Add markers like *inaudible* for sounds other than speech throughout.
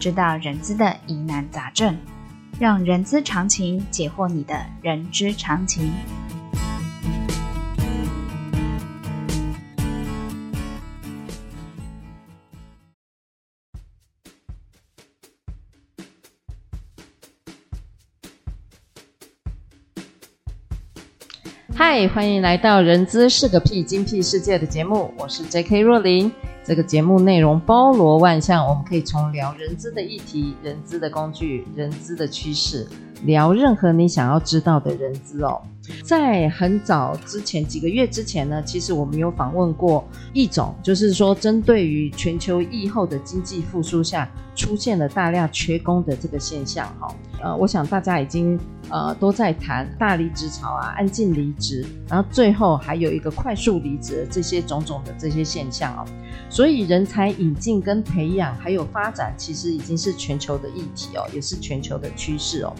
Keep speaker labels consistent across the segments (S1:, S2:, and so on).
S1: 知道人资的疑难杂症，让人资常情解惑你的人之常情。
S2: 嗨，欢迎来到《人资是个屁，精辟世界》的节目，我是 J.K. 若琳。这个节目内容包罗万象，我们可以从聊人资的议题、人资的工具、人资的趋势，聊任何你想要知道的人资哦。在很早之前，几个月之前呢，其实我们有访问过一种，就是说针对于全球疫后的经济复苏下出现了大量缺工的这个现象哈、呃，我想大家已经呃都在谈大离职潮啊、安静离职，然后最后还有一个快速离职的这些种种的这些现象哦。所以人才引进跟培养还有发展，其实已经是全球的议题哦，也是全球的趋势哦。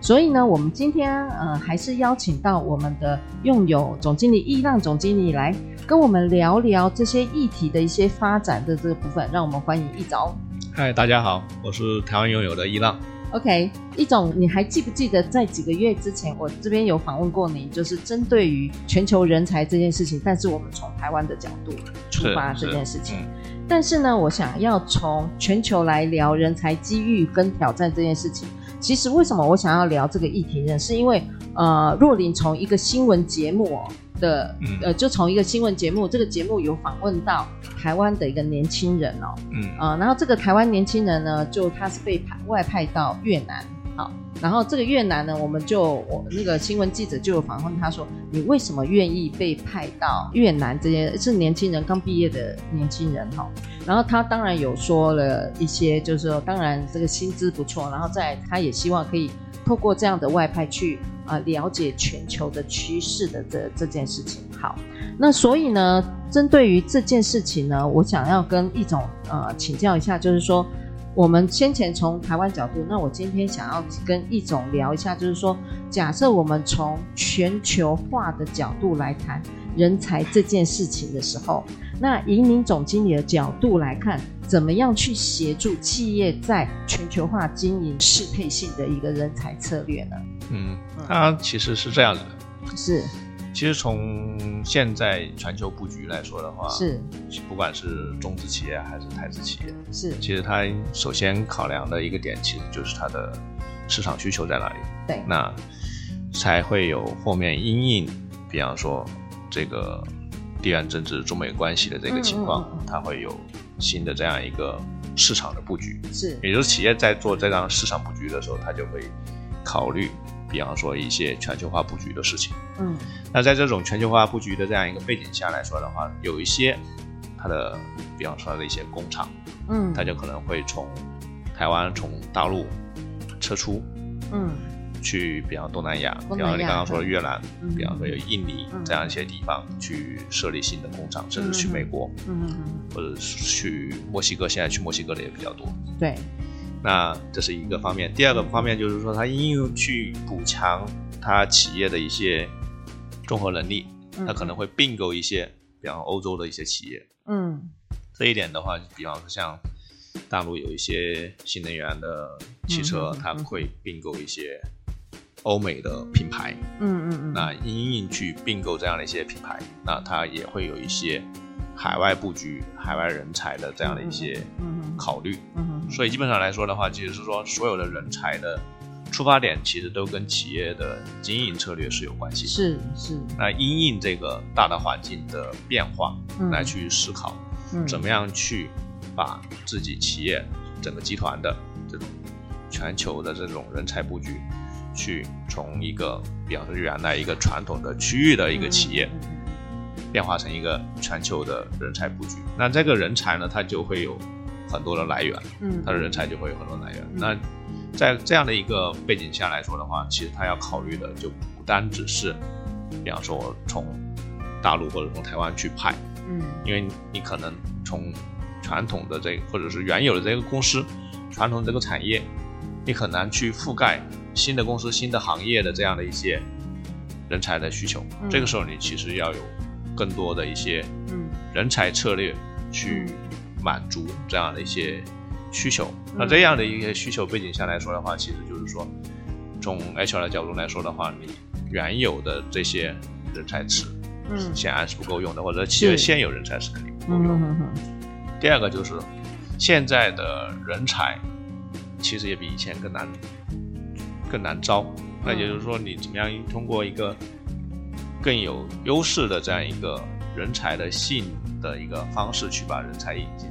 S2: 所以呢，我们今天呃还是邀请到我们的用友总经理易浪总经理来跟我们聊聊这些议题的一些发展的这个部分，让我们欢迎易总。
S3: 嗨，大家好，我是台湾拥有的伊浪。
S2: OK，易总，你还记不记得在几个月之前，我这边有访问过你，就是针对于全球人才这件事情，但是我们从台湾的角度出发
S3: 是
S2: 这件事情。
S3: 嗯
S2: 但是呢，我想要从全球来聊人才机遇跟挑战这件事情。其实为什么我想要聊这个议题呢？是因为呃，若琳从一个新闻节目哦的
S3: 嗯
S2: 呃，就从一个新闻节目，这个节目有访问到台湾的一个年轻人哦，
S3: 嗯
S2: 啊，然后这个台湾年轻人呢，就他是被派外派到越南，好，然后这个越南呢，我们就我那个新闻记者就有访问他说，你为什么愿意被派到越南？这些是年轻人刚毕业的年轻人哈、然后他当然有说了一些，就是说，当然这个薪资不错，然后再来他也希望可以透过这样的外派去啊、了解全球的趋势的这这件事情。好，那所以呢，针对于这件事情呢，我想要跟一种呃请教一下，就是说。我们先前从台湾角度，那我今天想要跟易总聊一下，就是说，假设我们从全球化的角度来谈人才这件事情的时候，那以您总经理的角度来看，怎么样去协助企业在全球化经营适配性的一个人才策略呢？
S3: 嗯，它其实是这样子的。
S2: 是
S3: 其实从现在全球布局来说的话，
S2: 是
S3: 不管是中资企业还是台资企业，
S2: 是，
S3: 其实它首先考量的一个点，其实就是它的市场需求在哪里，
S2: 对，
S3: 那才会有后面因应，比方说这个地缘政治、中美关系的这个情况，
S2: 嗯嗯嗯
S3: 它会有新的这样一个市场的布局。
S2: 是
S3: 也就是企业在做这样市场布局的时候，它就会考虑，比方说一些全球化布局的事情。
S2: 嗯
S3: 那在这种全球化布局的这样一个背景下来说的话，有一些它的，比方说它的一些工厂，
S2: 嗯，
S3: 它就可能会从台湾、从大陆撤出，
S2: 嗯
S3: 去比方东南亚，
S2: 东南
S3: 比
S2: 亚
S3: 方你刚刚说的越南，
S2: 嗯
S3: 比方说有印尼
S2: 嗯
S3: 这样一些地方去设立新的工厂，甚至
S2: 嗯嗯
S3: 去
S2: 嗯
S3: 美国，
S2: 嗯嗯，
S3: 或者是去墨西哥，现在去墨西哥的也比较多。
S2: 嗯对，
S3: 那这是一个方面。第二个方面就是说，它应用去补强它企业的一些综合能力，
S2: 嗯
S3: 它可能会并购一些，比方欧洲的一些企业。
S2: 嗯
S3: 这一点的话，比方说像大陆有一些新能源的汽车，
S2: 嗯嗯嗯
S3: 它会并购一些欧美的品牌，
S2: 嗯嗯嗯，
S3: 那因应去并购这样的一些品牌，那它也会有一些海外布局、海外人才的这样的一些
S2: 嗯嗯
S3: 考虑。
S2: 嗯
S3: 所以基本上来说的话，其实是说所有的人才的出发点其实都跟企业的经营策略是有关系。
S2: 是是，
S3: 那因应这个大的环境的变化
S2: 嗯
S3: 来去思考，怎么样去把自己企业整个集团的这种全球的这种人才布局，去从一个比方说原来一个传统的区域的一
S2: 嗯
S3: 个企业，变化成一个全球的人才布局。那这个人才呢，它就会有很多的来源，
S2: 嗯
S3: 它的人才就会有很多来源。
S2: 嗯
S3: 那在这样的一个背景下来说的话，其实它要考虑的就不单只是，比方说从大陆或者从台湾去派，
S2: 嗯
S3: 因为你可能从传统的这个或者是原有的这个公司，传统的这个产业，你很难去覆盖新的公司、新的行业的这样的一些人才的需求。
S2: 嗯
S3: 这个时候，你其实要有更多的一些
S2: 嗯
S3: 人才策略去满足这样的一些需求。
S2: 嗯
S3: 那这样的一些需求背景下来说的话，其实就是说，从 HR 的角度来说的话，你原有的这些人才池
S2: 嗯
S3: 显然是不够用的，或者
S2: 是
S3: 现现有人才是肯定不够用的。
S2: 嗯
S3: 第二个就是现在的人才其实也比以前更难更难招，那也就是说你怎么样通过一个更有优势的这样一个人才的吸引的一个方式去把人才引进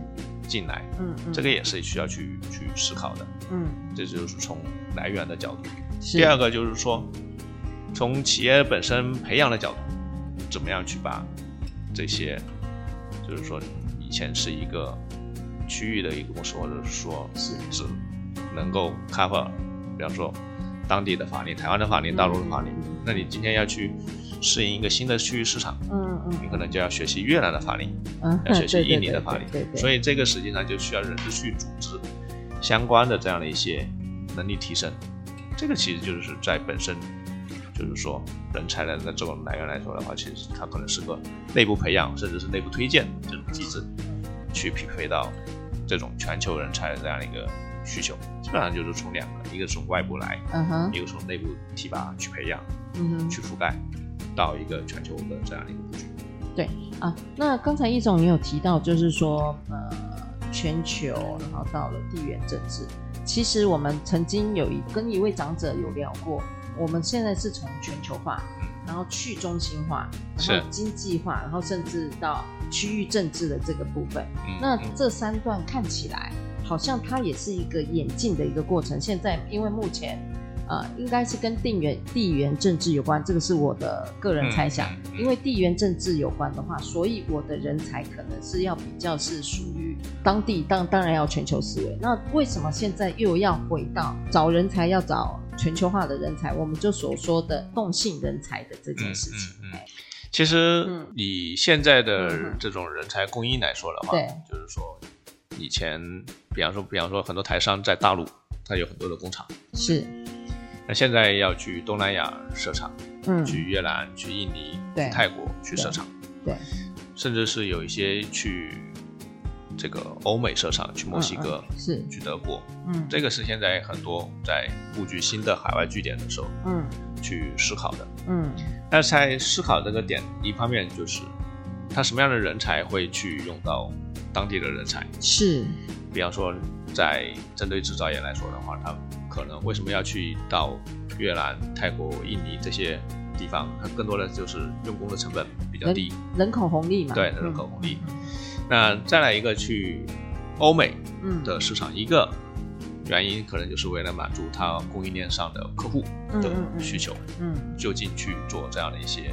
S3: 进来，
S2: 嗯嗯，
S3: 这个也是需要去去思考的，
S2: 嗯
S3: 这就是从来源的角度。
S2: 是
S3: 第二个就是说，从企业本身培养的角度，怎么样去把这些，就是说以前是一个区域的一个公司，或者是说
S2: 是
S3: 只能够 cover，比方说当地的法令、台湾的法令、
S2: 嗯
S3: 大陆的法令，
S2: 嗯
S3: 那你今天要去适应一个新的区域市场，
S2: 嗯
S3: 你
S2: 嗯
S3: 可能就要学习越南的法令，
S2: 嗯，
S3: 要学习
S2: 对对
S3: 印尼的
S2: 对
S3: 法律
S2: 对对，对
S3: 所以这个实际上就需要人事去组织相关的这样的一些能力提升。这个其实就是在本身，就是说人才的这种来源来说的话，其实它可能是个内部培养，甚至是内部推荐这种机制，去匹配到这种全球人才的这样的一个需求。基本上就是从两个，一个是从外部来，
S2: 嗯哼
S3: 一个从内部提拔去培养、
S2: 嗯哼
S3: 去覆盖到一个全球的这样的一个布局。
S2: 啊，那刚才易总你有提到，就是说呃，全球，然后到了地缘政治，其实我们曾经有一跟一位长者有聊过，我们现在是从全球化，然后去中心化，然
S3: 是
S2: 后经济化，然后甚至到区域政治的这个部分。
S3: 嗯
S2: 那
S3: 嗯
S2: 这三段看起来好像它也是一个演进的一个过程。现在因为目前呃应该是跟地缘地缘政治有关，这个是我的个人猜想。
S3: 嗯嗯嗯
S2: 因为地缘政治有关的话，所以我的人才可能是要比较是属于当地，当当然要全球思维。那为什么现在又要回到找人才要找全球化的人才？我们就所说的动性人才的这件事情。哎
S3: 嗯嗯嗯其实
S2: 嗯
S3: 以现在
S2: 嗯
S3: 的
S2: 嗯
S3: 这种人才供应来说的话，
S2: 对
S3: 就是说以前，比方说，比方说很多台商在大陆，它有很多的工厂，
S2: 是，
S3: 那现在要去东南亚设厂，
S2: 嗯，
S3: 去越南、去印尼、
S2: 对
S3: 去泰国去设厂，
S2: 对，
S3: 甚至是有一些去这个欧美设厂，去墨西哥、
S2: 嗯是，
S3: 去德国，
S2: 嗯，
S3: 这个是现在很多在布局新的海外据点的时候
S2: 嗯
S3: 去思考的。
S2: 嗯
S3: 但是在思考这个点，一方面就是他什么样的人才会去用到当地的人才，
S2: 是，
S3: 比方说在针对制造业来说的话，他可能为什么要去到越南、泰国、印尼这些地方？它更多的就是用工的成本比较低。
S2: 人口红利嘛，
S3: 对
S2: 嗯
S3: 人口红利，那再来一个去欧美
S2: 嗯
S3: 的市场，一个原因可能就是为了满足它供应链上的客户的
S2: 嗯嗯嗯
S3: 需求。
S2: 嗯
S3: 就近去做这样的一些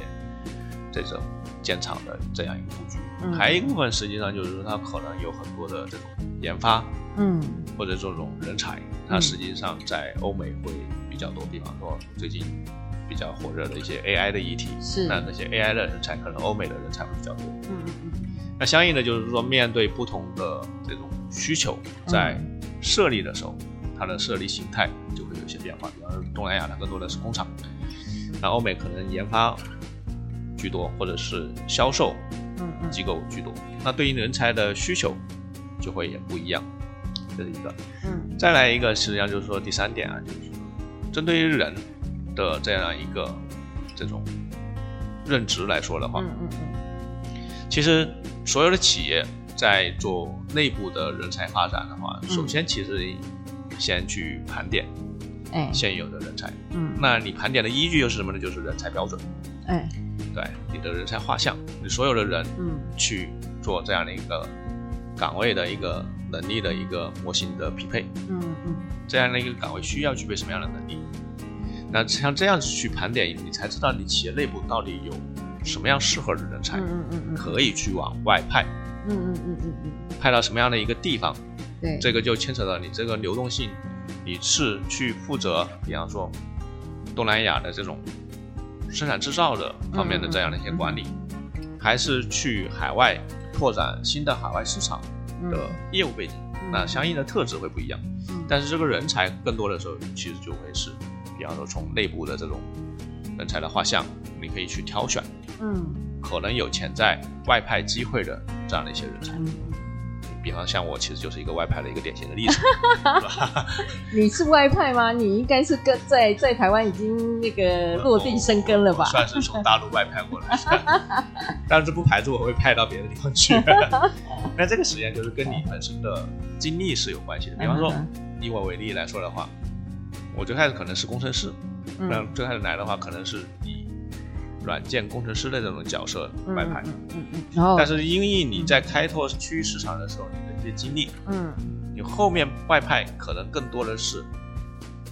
S3: 这种建厂的这样一个布局。
S2: 嗯
S3: 还有一部分实际上就是说，它可能有很多的这种研发
S2: 嗯
S3: 或者这种人才，它实际上在欧美会比较多。比方说最近比较火热的一些 AI 的议题，
S2: 是
S3: 那那些 AI 的人才，可能欧美的人才会比较多。
S2: 嗯嗯
S3: 那相应的就是说，面对不同的这种需求，
S2: 嗯
S3: 在设立的时候，它的设立形态就会有一些变化。比方说东南亚，它更多的是工厂；那欧美可能研发居多，或者是销售
S2: 嗯嗯嗯，
S3: 机构居多。那对于人才的需求就会也不一样，这是一个。
S2: 嗯
S3: 再来一个，实际上就是说第三点啊，就是说针对于人的这样一个这种认知来说的话，
S2: 嗯嗯
S3: 其实所有的企业在做内部的人才发展的话，
S2: 嗯
S3: 首先其实先去盘点
S2: 嗯，哎，
S3: 现有的人才。
S2: 嗯
S3: 那你盘点的依据又是什么呢？就是人才标准，
S2: 哎
S3: 对你的人才画像，你所有的人
S2: 嗯
S3: 去做这样的一个岗位的一个能力的一个模型的匹配，
S2: 嗯嗯
S3: 这样的一个岗位需要具备什么样的能力？那像这样去盘点，你才知道你企业内部到底有什么样适合的人才，
S2: 嗯嗯嗯嗯，
S3: 可以去往外派。
S2: 嗯嗯嗯嗯
S3: 派到什么样的一个地方，
S2: 对，
S3: 这个就牵扯到你这个流动性，你是去负责，比方说东南亚的这种生产制造的方面的这样的一些管理，还是去海外拓展新的海外市场的业务背景，那相应的特质会不一样。
S2: 嗯
S3: 但是这个人才更多的时候，其实就会是，比方说从内部的这种人才的画像，你可以去挑选，
S2: 嗯
S3: 可能有潜在外派机会的这样的一些人才。
S2: 嗯，
S3: 比方像我，其实就是一个外派的一个典型的例子。
S2: 你是外派吗？你应该是跟在在台湾已经那个 *laughs* 落地生根了吧
S3: 我？算是从大陆外派过来 *laughs* 的，但是不排除我会派到别的地
S2: *laughs*
S3: 方去。那这个实验就是跟你本身的经历是有关系的。比方说
S2: 嗯，
S3: 以我为例来说的话，我最开始可能是工程师，那
S2: 嗯，
S3: 最开始来的话，可能是以软件工程师的这种角色
S2: 嗯
S3: 外派。
S2: 嗯嗯嗯，然后
S3: 但是因为你在开拓区域市场的时候，你的一些经历，
S2: 嗯
S3: 你后面外派可能更多的是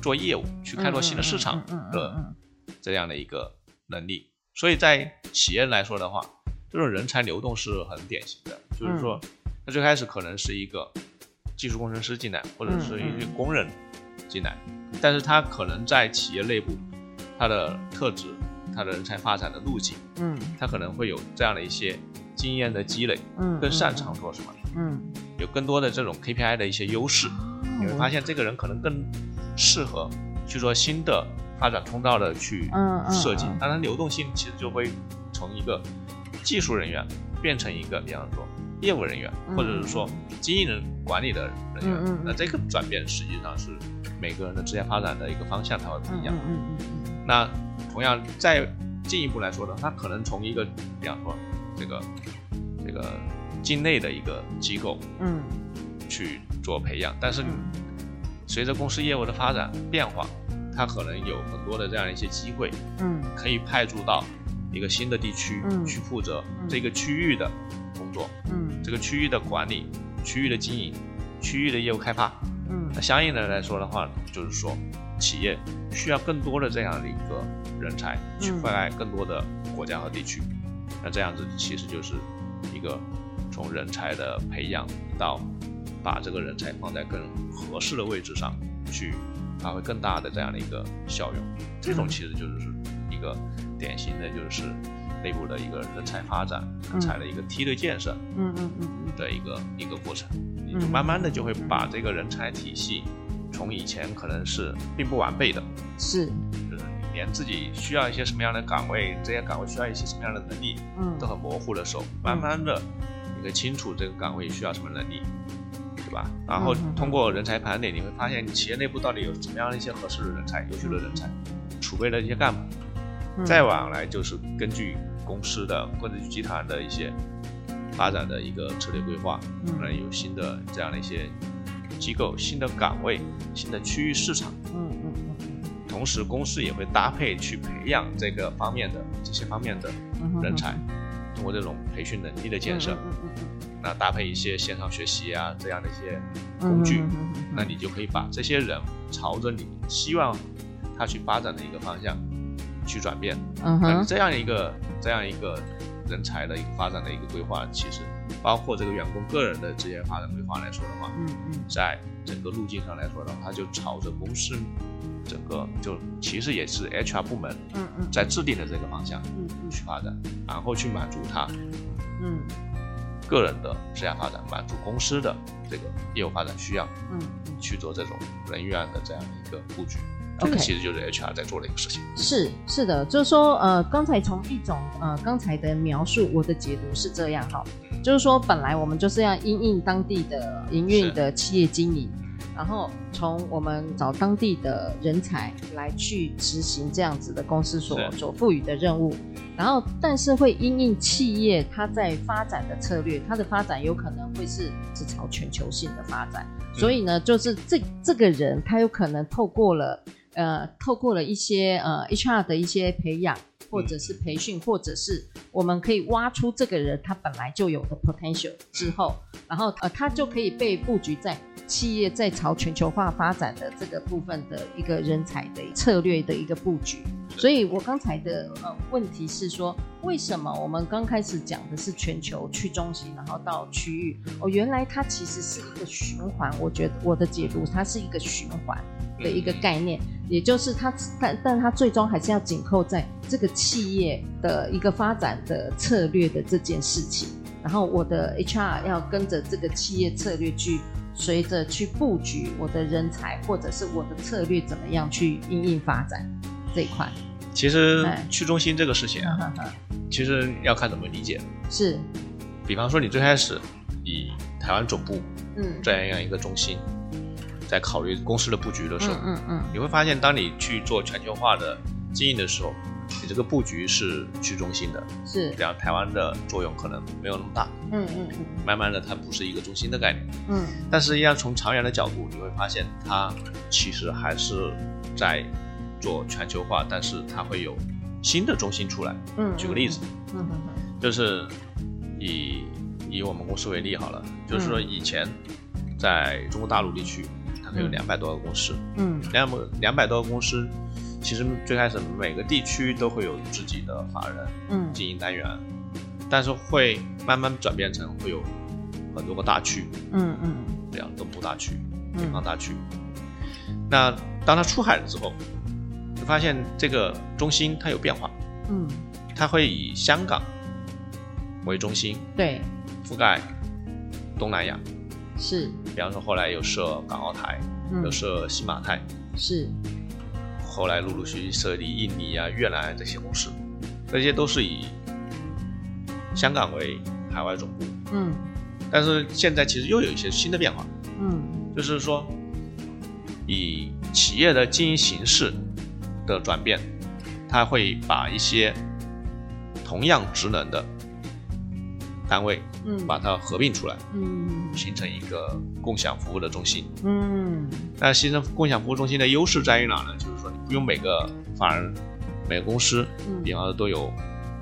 S3: 做业务，去开拓新的市场
S2: 嗯嗯嗯嗯嗯
S3: 的这样的一个能力。所以在企业来说的话，这种人才流动是很典型的，就是说，
S2: 嗯
S3: 他最开始可能是一个技术工程师进来，或
S2: 嗯
S3: 者是一些工人进来，但是他可能在企业内部，他的特质、他的人才发展的路径，
S2: 嗯
S3: 他可能会有这样的一些经验的积累，
S2: 嗯，
S3: 更擅长做什么，
S2: 嗯，
S3: 有更多的这种 KPI 的一些优势。
S2: 嗯，
S3: 你会发现这个人可能更适合去做新的发展通道的去
S2: 嗯嗯
S3: 设计
S2: 嗯。
S3: 当然，流动性其实就会从一个技术人员变成一个，比方说业务人员，
S2: 嗯
S3: 或者是说经营人管理的人
S2: 嗯嗯
S3: 员
S2: 嗯。
S3: 那这个转变实际上是每个人的职业发展的一个方向，它会不
S2: 嗯
S3: 一样
S2: 嗯。嗯嗯
S3: 那同样再进一步来说呢，他可能从一个，比方说这个这个境内的一个机构
S2: 嗯
S3: 去做培养，但是
S2: 嗯
S3: 随着公司业务的发展变化，它可能有很多的这样一些机会，
S2: 嗯
S3: 可以派驻到一个新的地区
S2: 嗯
S3: 去负责
S2: 嗯
S3: 这个区域的工作、
S2: 嗯
S3: 这个区域的管理、区域的经营、区域的业务开发。
S2: 嗯
S3: 那相应的来说的话，就是说企业需要更多的这样的一个人才去
S2: 嗯
S3: 覆盖更多的国家和地区。那这样子其实就是一个从人才的培养到把这个人才放在更合适的位置上去发挥更大的这样的一个效用。这种其实就是一个典型的就是内部的一个人才发展、人才的一个梯队建设。
S2: 嗯嗯嗯
S3: 的一个一个过程，你
S2: 嗯
S3: 就慢慢的就会把这个人才体系，从以前可能是并不完备的，
S2: 嗯，是，
S3: 就是你连自己需要一些什么样的岗位，这些岗位需要一些什么样的能力
S2: 嗯
S3: 都很模糊的时候，慢慢的你会清楚这个岗位需要什么能力，对吧？然后
S2: 嗯嗯
S3: 通过人才盘点，你会发现你企业内部到底有什么样的一些合适的人才、优秀的人才，储备了一些干部，
S2: 嗯
S3: 再往来就是根据公司的或者集团的一些发展的一个策略规划，
S2: 嗯
S3: 可能有新的这样的一些机构、新的岗位、新的区域市场，
S2: 嗯嗯嗯
S3: 同时公司也会搭配去培养这个方面的这些方面的
S2: 嗯嗯
S3: 人才，通过这种培训能力的建设，
S2: 嗯嗯嗯
S3: 那搭配一些线上学习啊这样的一些
S2: 嗯
S3: 工具，
S2: 嗯嗯嗯嗯
S3: 那你就可以把这些人朝着你希望他去发展的一个方向去转变。
S2: 嗯
S3: 那你
S2: 哼
S3: 这样一个这样一个人才的一个发展的一个规划，其实包括这个员工个人的职业发展规划来说的话，
S2: 嗯嗯
S3: 在整个路径上来说的话，它就朝着公司整个就其实也是 HR 部门
S2: 嗯嗯
S3: 在制定的这个方向
S2: 嗯嗯
S3: 去发展，然后去满足他
S2: 嗯
S3: 个人的啊职业发展，满足公司的这个业务发展需要，
S2: 嗯
S3: 去做这种人员的这样一个布局。这
S2: OK
S3: 个其实就是 HR 在做的一个事情。
S2: 是是的，就是说，呃，刚才从一种呃刚才的描述，我的解读是这样哈，就是说，本来我们就是要因应当地的营运
S3: 是
S2: 的企业经营，然后从我们找当地的人才来去执行这样子的公司所
S3: 是
S2: 所赋予的任务，然后但是会因应企业它在发展的策略，它的发展有可能会是是朝全球性的发展，所以呢，就是这这个人他有可能透过了。呃，透过了一些呃 HR 的一些培养，或者是培训，或者是我们可以挖出这个人他本来就有的 potential 之后，然后呃，他就可以被布局在企业在朝全球化发展的这个部分的一个人才的策略的一个布局。所以我刚才的呃问题是说，为什么我们刚开始讲的是全球去中心，然后到区域？哦，原来它其实是一个循环。我觉得我的解读，它是一个循环的一
S3: 嗯
S2: 个概念，也就是它，但但它最终还是要紧扣在这个企业的一个发展的策略的这件事情。然后我的 HR 要跟着这个企业策略去。随着去布局我的人才，或者是我的策略怎么样去应应发展这一块，
S3: 其实
S2: 哎
S3: 去中心这个事情啊，其实要看怎么理解。
S2: 是，
S3: 比方说，你最开始以台湾总部
S2: 嗯，
S3: 这样一个中心，在考虑公司的布局的时候，
S2: 嗯嗯嗯，
S3: 你会发现，当你去做全球化的经营的时候，你这个布局是去中心的，
S2: 是，
S3: 然后台湾的作用可能没有那么大，
S2: 嗯嗯嗯
S3: 慢慢的它不是一个中心的概念。
S2: 嗯，
S3: 但是，一样从长远的角度，你会发现它其实还是在做全球化，但是它会有新的中心出来。
S2: 嗯
S3: 举个例子，，
S2: 嗯嗯嗯
S3: 就是以以我们公司为例好了，就是说
S2: 嗯
S3: 以前在中国大陆地区，它可以有两百多个公司，
S2: 嗯
S3: 两百两百多个公司，其实最开始每个地区都会有自己的法人
S2: 嗯
S3: 经营单元，但是会慢慢转变成会有很多个大区，
S2: 嗯嗯
S3: 两东部大区、北方
S2: 嗯
S3: 大区。那当它出海了之后，就发现这个中心它有变化，
S2: 嗯，
S3: 它会以香港为中心，
S2: 对，
S3: 覆盖东南亚，
S2: 是，
S3: 比方说后来有设港澳台，
S2: 嗯
S3: 有设新马泰，
S2: 是，
S3: 后来陆陆续续设立印尼啊、越南啊这些公司，这些都是以香港为海外总部。
S2: 嗯
S3: 但是现在其实又有一些新的变化，
S2: 嗯
S3: 就是说以企业的经营形式的转变，它会把一些同样职能的单位
S2: 嗯，
S3: 把它合并出来，
S2: 嗯
S3: 形成一个共享服务的中心。
S2: 嗯
S3: 那形成共享服务中心的优势在于哪呢？就是说，你不用每个法人、每个公司，
S2: 嗯
S3: 比方说都有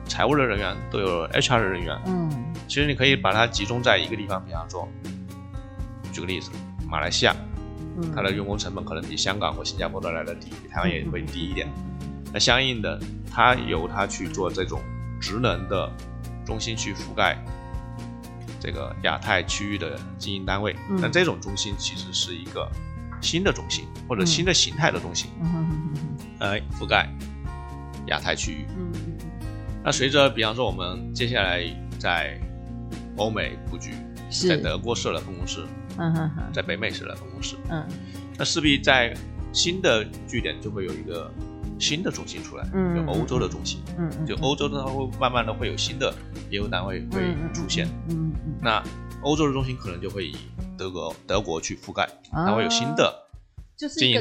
S3: 财务的人员，都有 HR 的人员，
S2: 嗯
S3: 其实你可以把它集中在一个地方。比方说，举个例子，马来西亚，
S2: 嗯，
S3: 它的用工成本可能比香港或新加坡都来的低，比台湾也会低
S2: 嗯
S3: 一点。那相应的，它由它去做这种职能的中心去覆盖这个亚太区域的经营单位
S2: 嗯。
S3: 那这种中心其实是一个新的中心或者新的形态的中心，
S2: 嗯嗯
S3: 来覆盖亚太区域。
S2: 嗯
S3: 那随着比方说我们接下来在欧美布局，
S2: 嗯，
S3: 在
S2: 是，
S3: 德国设了分公司，
S2: 嗯嗯嗯
S3: 在北美设了分公司。
S2: 嗯
S3: 那势必在新的据点就会有一个新的中心出来，
S2: 嗯
S3: 有欧洲的中心，
S2: 嗯嗯，
S3: 就欧洲的它会慢慢的会有新的业务单位会出现。，
S2: 嗯嗯，
S3: 那欧洲的中心可能就会以德国德国去覆盖，它会有新的，
S2: 就是新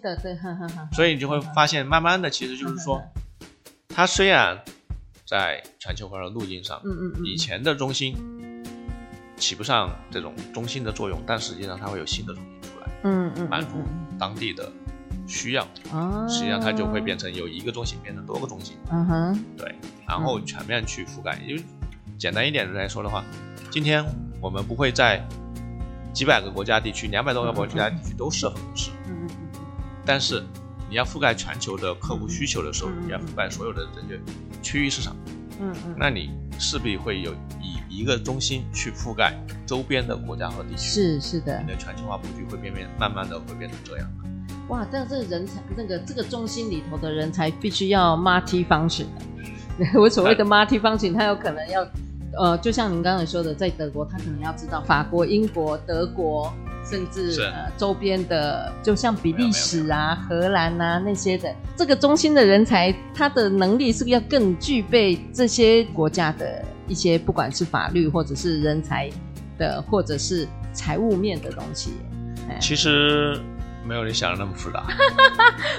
S2: 的对，哈哈哈，
S3: 所以你就会发现，慢慢的其实就是说，
S2: 嗯
S3: 它虽然在全球化的路径上，
S2: 嗯嗯嗯，
S3: 以前的中心起不上这种中心的作用，但实际上它会有新的中心出来，
S2: 嗯嗯
S3: 满足当地的需要。
S2: 啊，
S3: 实际上它就会变，成由一个中心变成多个中心，
S2: 嗯哼，
S3: 对，然后全面去覆盖。因为简单一点来说的话，今天我们不会在几百个国家地区、两百多个国家地区都设分公司，
S2: 嗯
S3: 但是你要覆盖全球的客户需求的时候，
S2: 嗯嗯
S3: 你要覆盖所有的这些区域市场，
S2: 嗯嗯嗯，
S3: 那你势必会有以一个中心去覆盖周边的国家和地区。
S2: 是是的
S3: 你，的全球化布局会变变，慢慢的会变成这样。
S2: 哇，但这个人才，那个这个中心里头的人才必须要 multi function。我啊 *laughs* 所谓的 multi function，他有可能要，呃，就像您刚才说的，在德国，他可能要知道法国、英国、德国，甚至
S3: 是
S2: 呃周边的，就像比利时啊、荷兰啊那些的，这个中心的人才，他的能力是要更具备这些国家的一些，不管是法律或者是人才的，或者是财务面的东西。 *laughs* 哎
S3: 其实没有你想的那么复杂。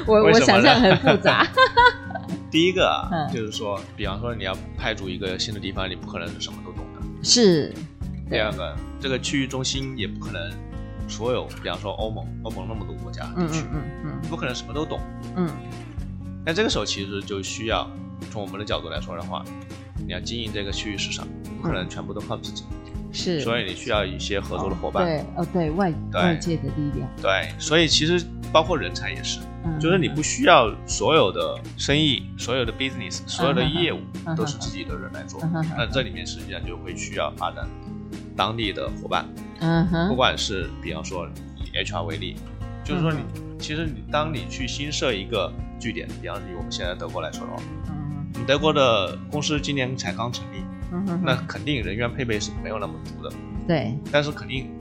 S2: 我我
S3: 为什么
S2: 想
S3: 呢
S2: 象很复杂。
S3: 第一个啊，
S2: 嗯
S3: 就是说，比方说你要派驻一个新的地方，你不可能是什么都懂的。
S2: 是，
S3: 第
S2: 对
S3: 二个，这个区域中心也不可能所有，比方说欧盟，欧盟那么多国家地
S2: 嗯
S3: 区，
S2: 嗯
S3: 不可能什么都懂。
S2: 嗯嗯
S3: 那这个时候其实就需要从我们的角度来说的话，你要经营这个区域市场，不可能全部都靠自己，
S2: 嗯，是，
S3: 所以你需要一些合作的伙伴。
S2: 对，哦对外
S3: 对
S2: 外界的力量，
S3: 对，所以其实包括人才也是，
S2: 嗯
S3: 就是你不需要所有的生意、所有的 business、所有的业务
S2: 嗯
S3: 都是自己的人来做
S2: 嗯哼，
S3: 那这里面实际上就会需要发展当地的伙伴，
S2: 嗯
S3: 不
S2: 哼，
S3: 管是比方说以 HR 为例，就是说你
S2: 嗯
S3: 其实你当你去新设一个据点，比方以我们现在德国来说的话，
S2: 嗯
S3: 你德国的公司今年才刚成立，
S2: 嗯哼，
S3: 那肯定人员配备是没有那么足的，
S2: 对，
S3: 但是肯定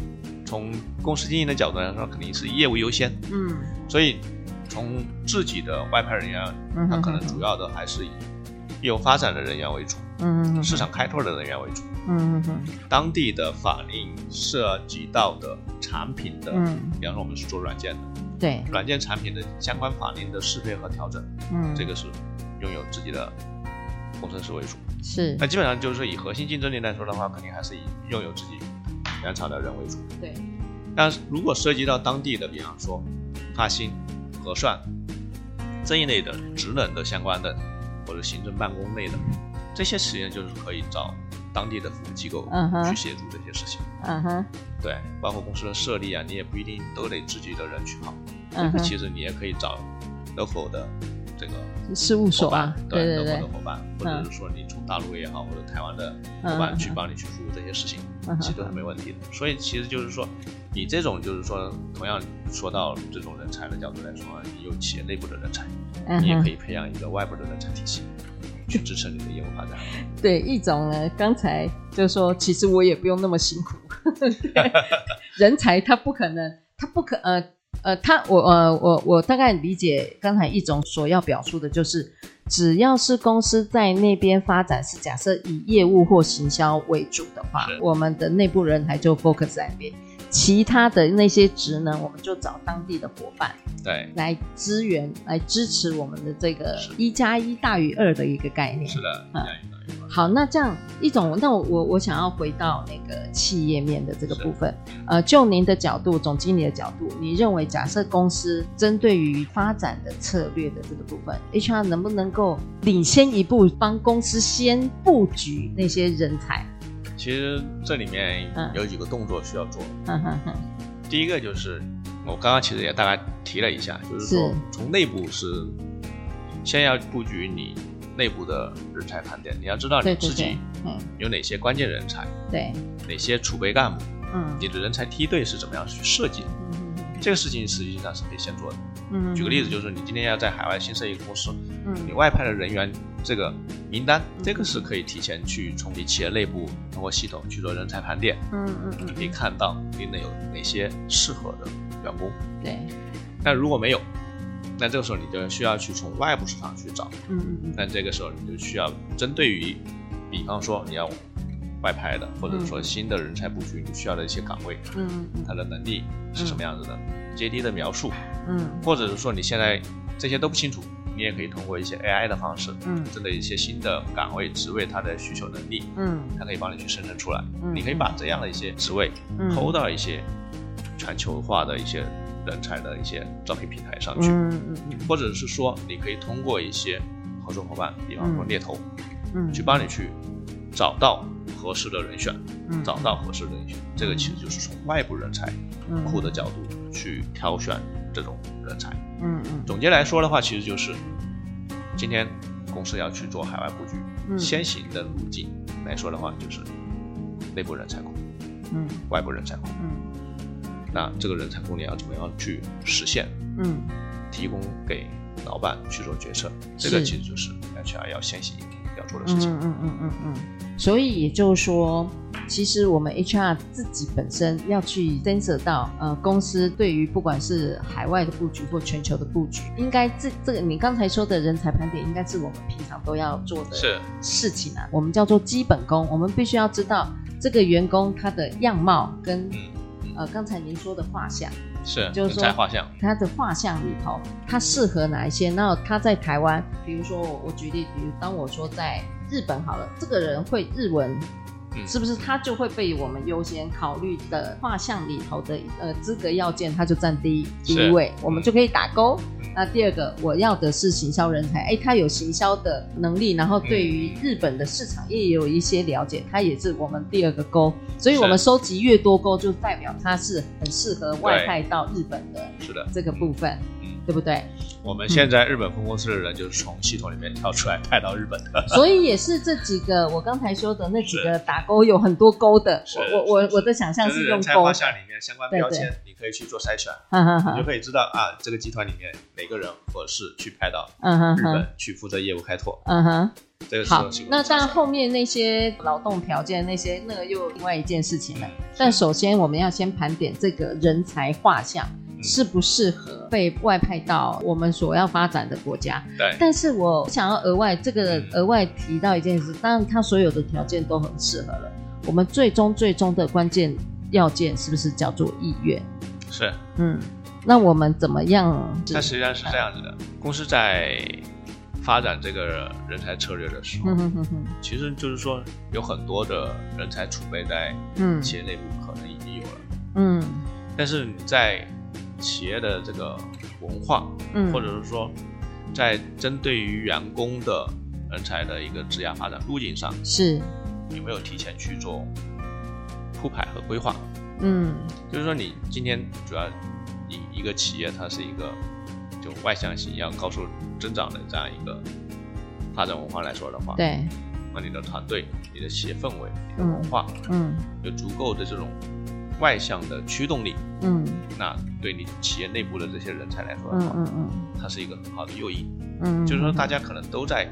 S3: 从公司经营的角度来说，肯定是业务优先，
S2: 嗯
S3: 所以从自己的外派人员，
S2: 嗯
S3: 那可能
S2: 嗯
S3: 主要的还是以业务发展的人员为主，
S2: 嗯
S3: 市场开拓的人员为主，
S2: 嗯嗯
S3: 当地的法令涉及到的产品的，
S2: 嗯，
S3: 比方说我们是做软件的，
S2: 对，
S3: 软件产品的相关法令的适配和调整，
S2: 嗯，
S3: 这个是拥有自己的工程师为主。
S2: 是
S3: 那基本上就是说以核心竞争力来说的话，肯定还是以拥有自己原厂的人为主。
S2: 对，
S3: 但是如果涉及到当地的，比方说发薪、核算这一类的职能的相关的，或者行政办公类的，这些实际上就是可以找当地的服务机构
S2: 嗯哼
S3: 去协助这些事情。
S2: 嗯哼，
S3: 对，包括公司的设立啊，你也不一定都得自己的人去跑，
S2: 嗯
S3: 那
S2: 哼，
S3: 其实你也可以找 local 的这个
S2: 事务所
S3: 伙伴
S2: 啊，，对
S3: 对
S2: 对
S3: local 的
S2: 对，
S3: 伙伴，或者是说你从大陆也好，或者台湾的伙
S2: 嗯
S3: 伴去帮你去服务这些事情，
S2: 嗯
S3: 其实都是没问题的。所以其实就是说，你这种就是说，同样说到这种人才的角度来说，啊你有企业内部的人才，
S2: 嗯
S3: 你也
S2: 哼
S3: 可以培养一个外部的人才体系，去支撑你的业务发展。
S2: 对，一种呢，刚才就说，其实我也不用那么辛
S3: *laughs*
S2: 苦。对人才他不可能，他不可呃呃，他我呃我我大概理解刚才一种所要表述的就是，只要是公司在那边发展是假设以业务或行销为主的话
S3: 是，
S2: 我们的内部人才就 focus 在那边，其他的那些职能我们就找当地的伙伴。
S3: 对，
S2: 来支援、来支持我们的这个
S3: 是
S2: 一加一大于二的一个概念。
S3: 是的，
S2: 嗯
S3: 这样一个
S2: 好，那这样一种，那我我我想要回到那个企业面的这个部分，呃，就您的角度，总经理的角度，你认为假设公司针对于发展的策略的这个部分，HR 能不能够领先一步，帮公司先布局那些人才？ *laughs*
S3: 其实这里面
S2: 嗯
S3: 有几个动作需要做，
S2: 哼哼哼，
S3: 第一个就是我刚刚其实也大概提了一下，就是说
S2: 是
S3: 从内部是先要布局你内部的人才盘点，你要知道你
S2: 对对
S3: 自己
S2: 对，嗯，
S3: 有哪些关键人才，
S2: 对，
S3: 哪些储备干部，
S2: 嗯，
S3: 你的人才梯队是怎么样去设计的。这个事情实际上是可以先做的。
S2: 嗯，
S3: 举个例子，，就是你今天要在海外新设一个公司，你
S2: 嗯，
S3: 外派的人员这个名单，
S2: 嗯
S3: 这个是可以提前去从你企业内部通过系统去做人才盘点，
S2: 嗯嗯嗯，
S3: 可以看到你内有哪些适合的员工。
S2: 对，
S3: 但如果没有，那这个时候你就需要去从外部市场去找。
S2: 嗯嗯嗯，
S3: 那这个时候你就需要针对于，比方说你要外派的，或者说新的人才布局，你需要的一些岗位，
S2: 嗯嗯
S3: 他的能力是什么样子的，阶梯的描述，
S2: 嗯
S3: 或者是说你现在这些都不清楚，你也可以通过一些 AI 的方式，
S2: 嗯
S3: 针对一些新的岗位职位，它的需求能力，
S2: 嗯
S3: 它可以帮你去生成出来。
S2: 嗯
S3: 你可以把这样的一些职位
S2: 嗯
S3: 抠到一些全球化的一些人才的一些招聘平台上去，
S2: 嗯嗯
S3: 或者是说你可以通过一些合作伙伴，比方说
S2: 嗯
S3: 猎头，
S2: 嗯，
S3: 去帮你去找到合适的人选，
S2: 嗯
S3: 找到合适的人选。这个其实就是从外部人才
S2: 嗯
S3: 库的角度去挑选这种人才。
S2: 嗯嗯
S3: 总结来说的话，其实就是今天公司要去做海外布局，
S2: 嗯
S3: 先行的路径来说的话，就是内部人才库、
S2: 嗯
S3: 外部人才库。
S2: 嗯
S3: 那这个人才库你要怎么样去实现，
S2: 嗯
S3: 提供给老板去做决策？这个
S2: 是
S3: 其实就是 HR 要先行要做的事
S2: 嗯
S3: 情。
S2: 嗯嗯嗯嗯，所以也就是说，其实我们 HR 自己本身要去 sense 到，呃，公司对于不管是海外的布局或全球的布局，应该这这个你刚才说的人才盘点，应该是我们平常都要做的
S3: 是
S2: 事情啊，我们叫做基本功，我们必须要知道这个员工他的样貌跟、
S3: 嗯
S2: 呃刚才您说的画像。
S3: 是，
S2: 就是
S3: 人
S2: 说
S3: 才画像。
S2: 它的画像里头，它适合哪一些？然后它在台湾，比如说我我举例，比如当我说在日本好了，这个人会日文，
S3: 嗯
S2: 是不是他就会被我们优先考虑的画像里头的呃资格要件，他就占第一第一
S3: 是
S2: 位，我们就可以打勾。
S3: 嗯
S2: 那第二个，我要的是行销人才，哎，他有行销的能力，然后对于日本的市场也有一些了解，他也是我们第二个勾。所以
S3: 是
S2: 我们收集越多勾，就代表他是很适合外派到日本的
S3: 是的，
S2: 这个部分，
S3: 嗯，
S2: 对不
S3: *laughs*
S2: 对？
S3: 我们现在日本分公司的人就是从系统里面跳出来派到日本的，
S2: 所以也是这几个我刚才说的那几个打勾有很多勾的
S3: 是，
S2: 我我我我的想象
S3: 就是人
S2: 用
S3: 才
S2: 勾嗯
S3: 画
S2: 的，
S3: 像里面相关
S2: 对
S3: 标
S2: 对
S3: 签，你可以去做筛选，
S2: 哈哈哈
S3: 你就，可以知道啊，这个集团里面哪个人合适去派到
S2: 嗯哼
S3: 日
S2: 哼，
S3: 本去负责业务开拓，
S2: 嗯哼。
S3: 这个是
S2: 好
S3: 有系，统
S2: 那
S3: 上
S2: 但
S3: 的
S2: 后面那些劳动条件那些，那个又另外一件事情了。但首先我们要先盘点这个人才画像
S3: 嗯
S2: 适不适合被外派到我们所要发展的国家。
S3: 对
S2: 但是我想要额外这个
S3: 嗯
S2: 额外提到一件事，当然他所有的条件都很适合了。我们最终最终的关键要件是不是叫做意愿？
S3: 是
S2: 嗯，那我们怎么样？
S3: 它实际上是这样子的，公司在发展这个人才策略的时候
S2: 嗯，哼哼哼，
S3: 其实就是说有很多的人才储备在
S2: 嗯
S3: 企业内部可能已经有了，
S2: 嗯
S3: 但是你在企业的这个文化，
S2: 嗯，
S3: 或者是说在针对于员工的人才的一个职业发展路径上，
S2: 是
S3: 有没有提前去做铺排和规划？
S2: 嗯
S3: 就是说，你今天主要你一个企业，它是一个就外向型要高速增长的这样一个发展文化来说的话，，
S2: 对
S3: 那你的团队、你的企业氛围、你的文化、
S2: 嗯
S3: 有足够的这种外向的驱动力，
S2: 嗯
S3: 那对你企业内部的这些人才来说的
S2: 嗯
S3: 话，
S2: 嗯嗯。
S3: 它是一个很好的诱因。
S2: 嗯，
S3: 就是说，大
S2: 家
S3: 家可能都在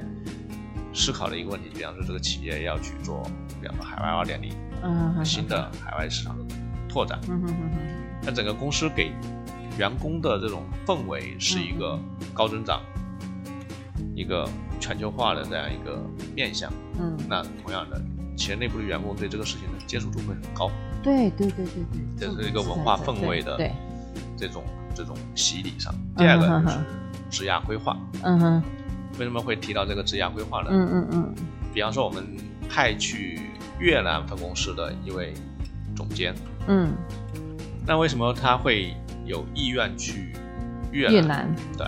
S3: 思考的一个问题，比方说这个企业要去做，比方说海外二点零
S2: 嗯
S3: 新的海外市场的拓展，
S2: 嗯嗯嗯
S3: 那整个公司给员工的这种氛围是一
S2: 嗯
S3: 个高增长、一个全球化的这样一个面向。
S2: 嗯，
S3: 那同样的，企业内部的员工对这个事情的接受度会很高，
S2: 对对对对对，
S3: 这是一个文化氛围的
S2: 嗯对，
S3: 这种这种洗礼上。第二个就是职涯规划，
S2: 嗯哼，
S3: 为什么会提到这个职涯规划呢？
S2: 嗯嗯嗯
S3: 比方说我们派去越南分公司的一位总监，
S2: 嗯，
S3: 那为什么他会有意愿去越
S2: 越南，
S3: 对，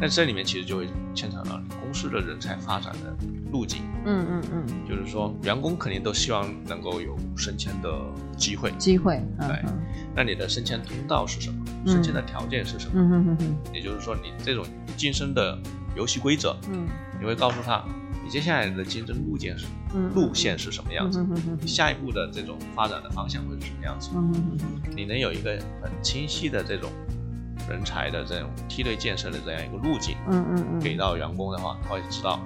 S3: 那这里面其实就会牵扯到公司的人才发展的路径，
S2: 嗯嗯嗯，
S3: 就是说员工肯定都希望能够有升迁的机会，
S2: 机会，嗯
S3: 那你的升迁通道是什么？
S2: 嗯
S3: 升迁的条件是什么？
S2: 嗯嗯嗯
S3: 也就是说，你这种晋升的游戏规则，
S2: 嗯
S3: 你会告诉他，你接下来的竞争路径是
S2: 嗯，
S3: 路线是什么样子，
S2: 嗯嗯
S3: 你下一步的这种发展的方向会是什么样子？
S2: 嗯
S3: 你能有一个很清晰的这种人才的这种梯队建设的这样一个路径，
S2: 嗯嗯
S3: 给到员工的话，他会知道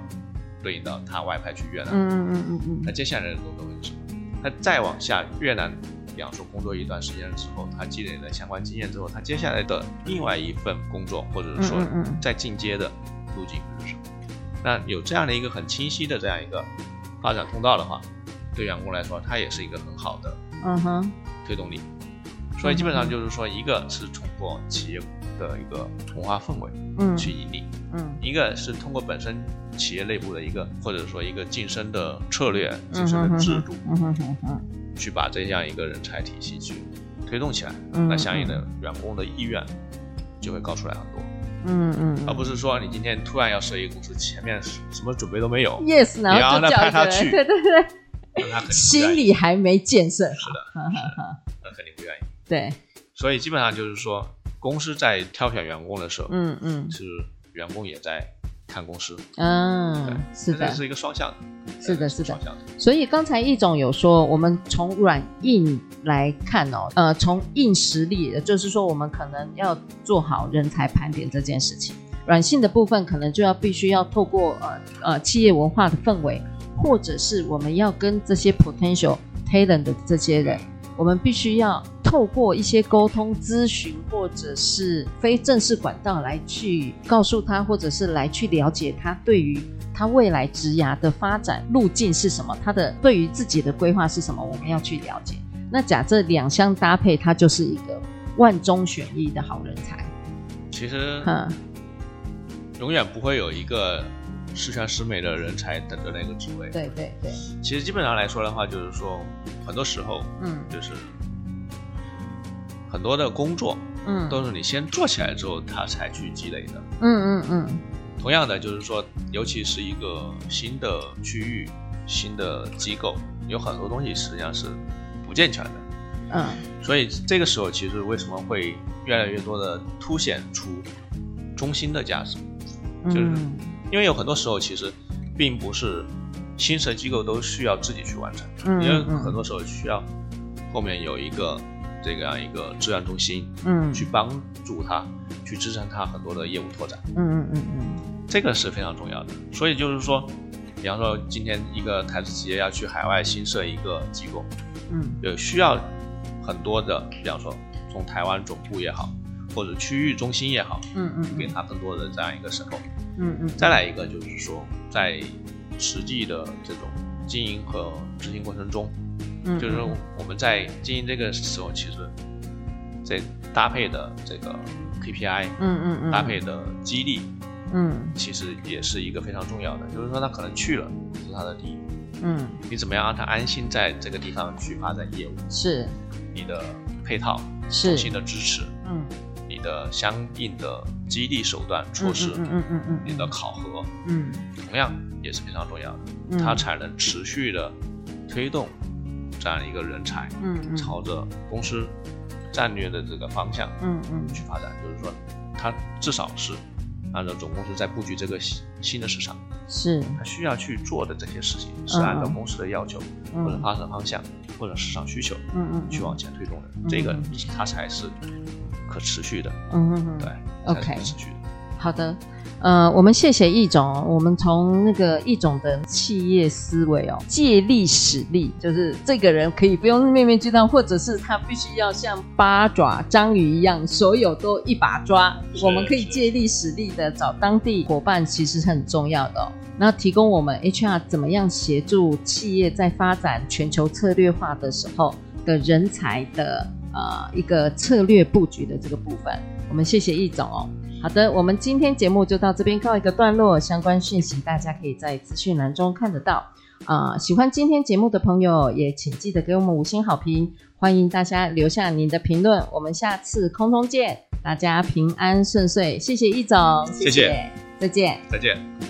S3: 对应到他外派去越南，
S2: 嗯嗯嗯嗯
S3: 那
S2: 嗯，
S3: 接下来的工作会是什么？那再往下，越南，比方说工作一段时间之后，他积累了相关经验之后，他接下来的另外一份工作，或者是说
S2: 嗯嗯嗯
S3: 再进阶的路径是什么？那有这样的一个很清晰的这样一个发展通道的话，对员工来说，它也是一个很好的
S2: 嗯哼，
S3: 推动力。所以基本上就是说，一个是通过企业的一个文化氛围
S2: 嗯
S3: 去盈利，
S2: 嗯
S3: 一个是通过本身企业内部的一个，或者说一个晋升的策略、晋升
S2: 嗯
S3: 的制度，
S2: 嗯嗯嗯嗯
S3: 去把这样一个人才体系去推动起来，
S2: 嗯
S3: 那相应的员工的意愿就会高出来很多，
S2: 嗯嗯，
S3: 而不是说你今天突然要设一个公司，前面什么准备都没有，
S2: yes，然后就叫一个人，对对对，
S3: 那他肯定不愿
S2: 心
S3: 意，
S2: 理还没建设
S3: 是
S2: 好，
S3: 的，那肯定不愿意。
S2: 对，
S3: 所以基本上就是说，公司在挑选员工的时候，
S2: 嗯嗯
S3: 是员工也在看公司，
S2: 嗯，是
S3: 这
S2: 的，
S3: 是一个双向的，
S2: 是的
S3: 呃
S2: 是的
S3: 双向的，
S2: 所以刚才易总有说，我们从软硬来看哦，呃，从硬实力，也就是说我们可能要做好人才盘点这件事情。软性的部分可能就要必须要透过呃呃企业文化的氛围，或者是我们要跟这些 potential talent 的这些人，我们必须要透过一些沟通、咨询或者是非正式管道来去告诉他，或者是来去了解他对于他未来职涯的发展路径是什么，他的对于自己的规划是什么，我们要去了解。那假设两相搭配，他就是一个万中选一的好人才。
S3: 其实
S2: 嗯
S3: 永远不会有一个十全十美的人才等着那个职位。，
S2: 对对对，
S3: 其实基本上来说的话，就是说很多时候
S2: 嗯
S3: 就是很多的工作，
S2: 嗯嗯
S3: 都是你先做起来之后，它才去积累的。
S2: 嗯嗯嗯
S3: 同样的，就是说，尤其是一个新的区域、新的机构，有很多东西实际上是不健全的。
S2: 嗯
S3: 所以这个时候，其实为什么会越来越多的凸显出中心的价值？
S2: 嗯，
S3: 就是因为有很多时候其实并不是新设机构都需要自己去完成，
S2: 嗯
S3: 因为很多时候需要后面有一个这样一个志愿中心
S2: 嗯
S3: 去帮助他去支撑他很多的业务拓展，
S2: 嗯嗯嗯嗯
S3: 这个是非常重要的。所以就是说，比方说今天一个台资企业要去海外新设一个机构，
S2: 嗯
S3: 有需要很多的，比方说从台湾总部也好，或者区域中心也好，
S2: 嗯嗯
S3: 给他更多的这样一个渗透。
S2: 嗯嗯，
S3: 再来一个就是说，在实际的这种经营和执行过程中，
S2: 嗯
S3: 就是说我们在经营这个时候，其实这搭配的这个 KPI，
S2: 嗯嗯嗯
S3: 搭配的激励，
S2: 嗯
S3: 其实也是一个非常重要的。就是说他可能去了是他的第一，
S2: 嗯
S3: 你怎么样让他安心在这个地方去发展业务？
S2: 是
S3: 你的配套、
S2: 是
S3: 你的支持、
S2: 嗯
S3: 你的相应的激励手段措施、
S2: 嗯嗯嗯嗯
S3: 你的考核，
S2: 嗯
S3: 同样也是非常重要的。
S2: 嗯
S3: 它才能持续的推动这样一个人才
S2: 嗯嗯
S3: 朝着公司战略的这个方向
S2: 嗯嗯
S3: 去发展。就是说，它至少是按照总公司在布局这个新新的市场，
S2: 是
S3: 它需要去做的这些事情，是按照公司的要求
S2: 嗯
S3: 或者发展方向或者市场需求
S2: 嗯嗯
S3: 去往前推动的
S2: 嗯。
S3: 这个它才是可持续的，
S2: 嗯嗯嗯
S3: 对。
S2: OK
S3: 才是可持续的。
S2: 好的，呃，我们谢谢易总哦。我们从那个易总的企业思维哦，借力使力，就是这个人可以不用面面俱到，或者是他必须要像八爪章鱼一样，所有都一把抓。
S3: 是
S2: 我们可以
S3: 是
S2: 借力使力的找当地伙伴，其实是很重要的、哦。那提供我们 HR 怎么样协助企业在发展全球策略化的时候的人才的呃一个策略布局的这个部分，我们谢谢易总哦。好的，我们今天节目就到这边告一个段落。相关讯息大家可以在资讯栏中看得到。啊、喜欢今天节目的朋友也请记得给我们五星好评，欢迎大家留下您的评论。我们下次空中见，大家平安顺遂。谢谢易总，
S3: 谢
S2: 谢
S3: 谢
S2: 再见。
S3: 再见。